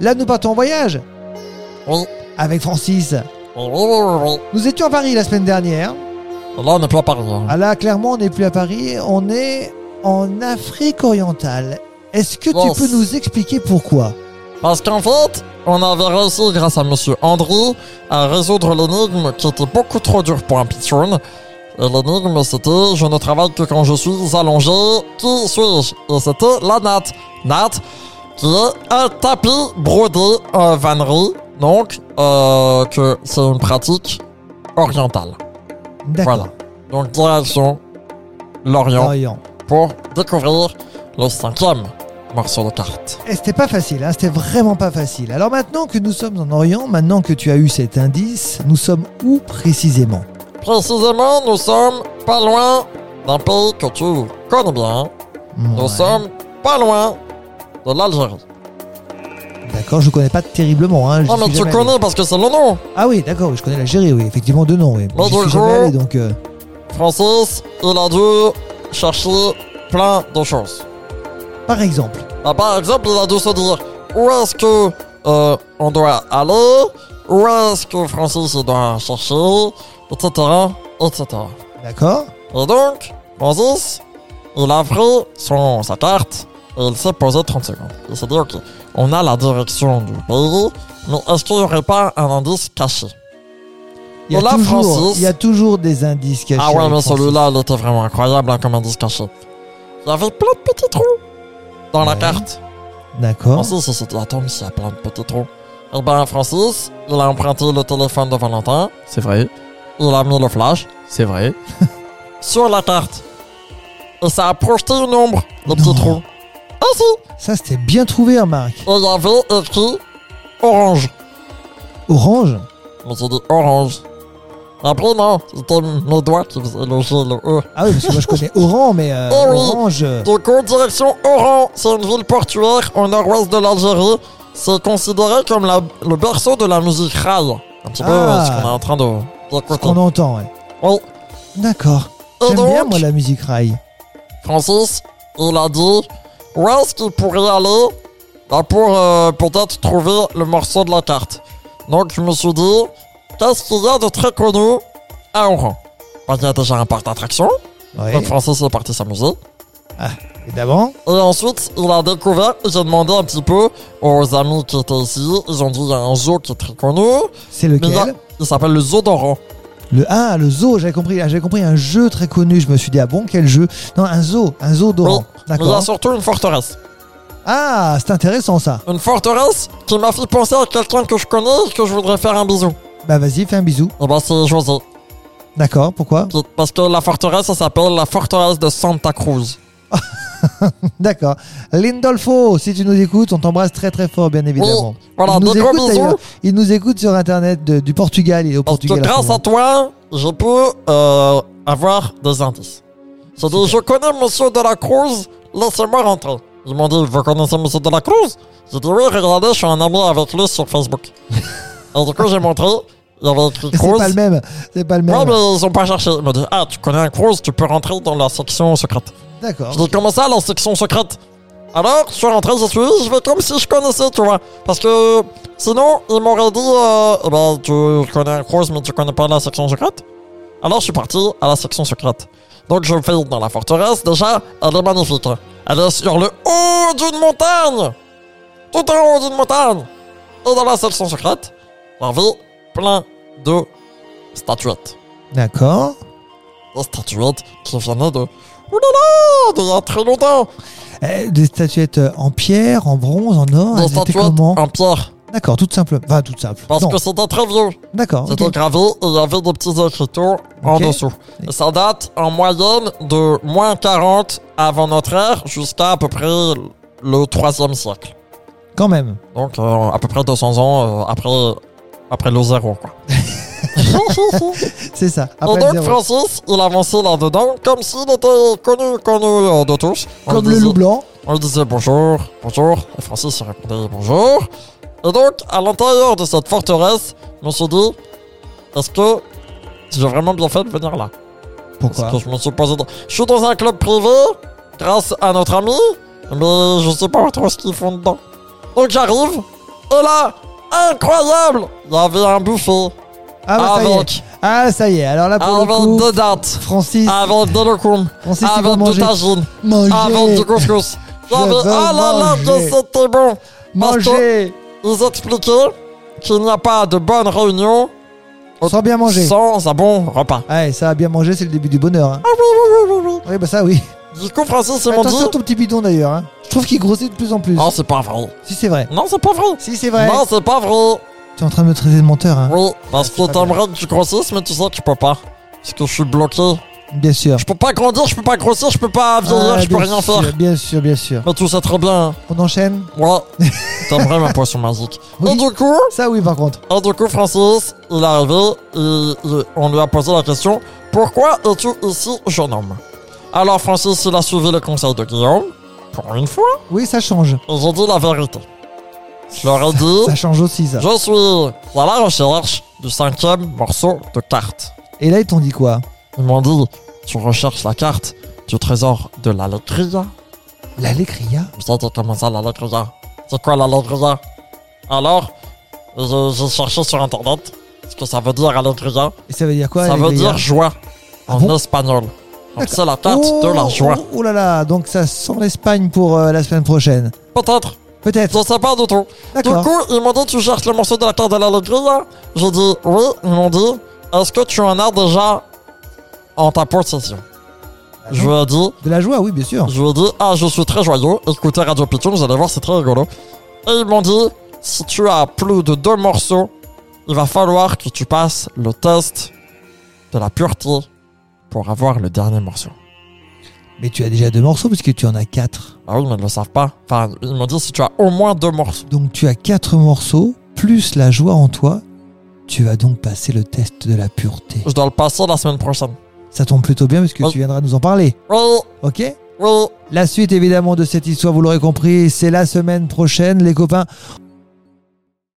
Là, nous partons en voyage Oui. avec Francis. Oui, oui, oui, Nous étions à Paris la semaine dernière. oui. Là, on n'est plus à Paris. hein. Ah là, clairement, on n'est plus à Paris, on est en Afrique orientale. Est-ce que Bon, tu peux c'est- nous expliquer pourquoi Parce qu'en fait, on avait réussi, grâce à Monsieur André, à résoudre l'énigme qui était beaucoup trop dure pour un pitchoun. Et l'énigme, c'était « Je ne travaille que quand je suis allongé. Qui suis-je » Et c'était la natte. Natte, qui est un tapis brodé en vannerie. Donc, euh, que c'est une pratique orientale. Voilà. D'accord. Donc, direction l'Orient Orient. pour découvrir le cinquième morceau de carte. Et c'était pas facile, hein, c'était vraiment pas facile. Alors maintenant que nous sommes en Orient, maintenant que tu as eu cet indice, nous sommes où précisément Précisément, nous sommes pas loin d'un pays que tu connais bien. Nous Ouais. sommes pas loin de l'Algérie. D'accord, je connais pas terriblement. Hein, j'y Ah, mais suis tu jamais allé. connais parce que c'est le nom. Ah oui, d'accord, oui, je connais l'Algérie, oui, effectivement, de nom. Oui. Bon, J'y suis donc, jamais je- allé, donc. euh, Francis, il a dû chercher plein de choses. Par exemple, Ah, par exemple, il a dû se dire où est-ce que euh, on doit aller, où est-ce que Francis il doit chercher, etc., etc. d'accord Et donc, Francis, il a pris son, sa carte et il s'est posé 30 secondes. Il s'est dit, ok, on a la direction du pays, mais est-ce qu'il n'y aurait pas un indice caché il y, a Là, toujours, Francis- il y a toujours des indices cachés. Ah ouais, avec mais Francis. celui-là, il était vraiment incroyable hein, comme indice caché. Il y avait plein de petits trous dans la Ouais. carte. D'accord. Francis, il s'est dit, attends, mais s'il y a plein de petits trous. Eh ben, Francis, il a emprunté le téléphone de Valentin, C'est vrai, il a mis le flash c'est vrai. sur la carte. Et ça a projeté une ombre, le Non. petit trou. Ah si Ça, c'était bien trouvé, remarque. Et il y avait écrit orange. Orange Mais j'ai dit orange. Après, non, c'était mes doigts qui faisaient le G, le E. Ah oui, parce que moi je connais Oran, mais euh, Oh oui. Orange. euh, Du coup, direction Oran, c'est une ville portuaire au nord-ouest de l'Algérie. C'est considéré comme la- le berceau de la musique rail. Un petit peu Ah. euh, ce qu'on est en train de ce d'écouter. qu'on entend, ouais. Oui. D'accord. Et J'aime donc, bien, moi, la musique rail. Francis, il a dit où est-ce qu'il pourrait aller bah, pour euh, peut-être trouver le morceau de la carte. Donc je me suis dit, qu'est-ce qu'il y a de très connu à Oran Bah, Il y a déjà un parc d'attractions, Ouais. donc Francis est parti s'amuser. Évidemment. Et ensuite, il a découvert, j'ai demandé un petit peu aux amis qui étaient ici, ils ont dit il y a un zoo qui est très connu, C'est mais il, y a- lequel il s'appelle le zoo d'Oran. Le ah, le zoo, j'avais compris. ah, J'avais compris un jeu très connu. Je me suis dit, ah bon, quel jeu Non, un zoo, un zoo d'Oran. Mais il y a D'accord. surtout une forteresse. Ah, c'est intéressant ça. Une forteresse qui m'a fait penser à quelqu'un que je connais et que je voudrais faire un bisou. Bah vas-y, fais un bisou. Et ben c'est José. D'accord, pourquoi Qui- Parce que la forteresse, ça s'appelle la forteresse de Santa Cruz. D'accord. Lindolfo, si tu nous écoutes, on t'embrasse très très fort, bien évidemment. Oh, Voilà, il nous de gros écoute bisous. d'ailleurs. Il nous écoute sur internet de- du Portugal et au Parce que Portugal. grâce à toi, je peux euh, avoir des indices. J'ai dit, je connais Monsieur de la Cruz, laissez-moi rentrer. Ils m'ont dit, vous connaissez Monsieur de la Cruz J'ai dit, oui, regardez, je suis un ami avec lui sur Facebook. et du coup, j'ai montré, il y avait écrit Mais C'est Cruz. pas le même. C'est pas le même. Ouais, mais ils ont pas cherché. Ils m'ont dit, ah, tu connais un Cruz, tu peux rentrer dans la section secrète. D'accord. Je dis comment ça la section secrète Alors, je suis rentré, je suis, je fais comme si je connaissais, tu vois. Parce que sinon, ils m'auraient dit, euh, eh ben, tu connais un cruise, mais tu connais pas la section secrète. Alors, je suis parti à la section secrète. Donc, je vais dans la forteresse. Déjà, elle est magnifique. Elle est sur le haut d'une montagne. Tout en haut d'une montagne. Et dans la section secrète, j'avais plein de statuettes D'accord. la statuette qui venait de. Ouh là là D'il y a très longtemps Eh, des statuettes euh, en pierre, en bronze, en or. Des elles Ah, étaient statuettes comment en pierre. D'accord, toutes simples. Enfin, toutes simples. Parce non. que c'était très vieux. D'accord. C'était ok. gravé et il y avait des petites écritures en Ok. dessous. Et ça date en moyenne de moins 40 avant notre ère jusqu'à à peu près le 3 siècle. Quand même. Donc euh, à peu près 200 ans euh, après, après le zéro. Quoi. C'est ça. et Après le donc zéro. Francis, il avançait là-dedans comme s'il était connu, connu euh, de tous. On Comme le disait- loup blanc. On lui disait bonjour, bonjour, et Francis il répondait bonjour. Et donc, à l'intérieur de cette forteresse, je me suis dit, est-ce que j'ai vraiment bien fait de venir là Pourquoi Parce que je me suis posé dans- Je suis dans un club privé, grâce à notre ami, mais je sais pas trop ce qu'ils font dedans. Donc j'arrive, Et là, incroyable Il y avait un buffet Ah, bah, ça y est. avec, Ah, ça y est. Alors là, pour avec le coup, des dates, Francis, avec des légumes, Francis, il va avec du manger. tagine, avec Manger. du Ah, couscous. Il y Je avait- veux ah là là, manger. que c'était bon Parce que Manger. ils expliquaient qu'il n'y a pas de bonne réunion Sans bien manger. sans un bon repas. Ouais, Ah, ça a bien mangé, c'est le début du bonheur. hein. Ah oui, oui, oui, oui, oui. Oui, bah ça, oui. Du coup, Francis, ils m'ont Attention à dit... Oh. ton petit bidon d'ailleurs. hein. Je trouve qu'il grossit de plus en plus. Non, c'est pas vrai. Si, c'est vrai. Non, c'est pas vrai. Si, c'est vrai. Non, c'est pas vrai. Tu es en train de me traiter de menteur, hein. Oui, parce c'est que pas t'aimerais que je grossisse, mais tu sais que je peux pas. Parce que je suis bloqué. Bien sûr. Je peux pas grandir, je peux pas grossir, je peux pas vieillir, Ah, je peux bien rien sûr, faire. Bien sûr, bien sûr. Mais tout ça très bien. On enchaîne Ouais. T'aimerais ma poisson magique. Et Oui. du coup, Ça, oui, par contre. et du coup, Francis, il est arrivé, il- il- on lui a posé la question Pourquoi es-tu ici, jeune homme Alors, Francis, il a suivi les conseils de Guillaume, pour une fois, Oui, ça change. et j'ai dit la vérité. Je leur ai dit Ça change aussi, ça. Oh. Je suis à la recherche du cinquième morceau de carte. Et là, ils t'ont dit quoi Ils m'ont dit, tu recherches la carte du trésor de la Lecria. La Lécria Vous savez comment ça, la Lecria C'est quoi la Lecria Alors, je- j'ai cherché sur internet ce que ça veut dire, Alegria. Et ça veut dire quoi ça veut Alegria dire joie Ah en bon espagnol. Donc D'accord. c'est la carte oh, de la joie. Oh, oh là là, donc ça sent l'Espagne pour euh, la semaine prochaine. Peut-être, Peut-être. je sais pas du tout. Du D'accord. coup, ils m'ont dit, tu cherches le morceau de la carte de l'Alegria J'ai dit, oui. Ils m'ont dit, est-ce que tu en as déjà en ta possession Ah Je lui ai dit, De la joie, oui, bien sûr. Je lui ai dit, ah, je suis très joyeux, écoutez Radio Piton, vous allez voir, c'est très rigolo. Et ils m'ont dit, si tu as plus de deux morceaux, il va falloir que tu passes le test de la pureté pour avoir le dernier morceau. Mais tu as déjà deux morceaux puisque tu en as quatre. Ah oui, mais ils ne le savent pas. Enfin, ils m'ont dit, si tu as au moins deux morceaux. Donc tu as quatre morceaux plus la joie en toi. Tu vas donc passer le test de la pureté. Je dois le passer la semaine prochaine. Ça tombe plutôt bien puisque Oh. tu viendras nous en parler. Oui, Ok oui. La suite évidemment de cette histoire, vous l'aurez compris, c'est la semaine prochaine, les copains.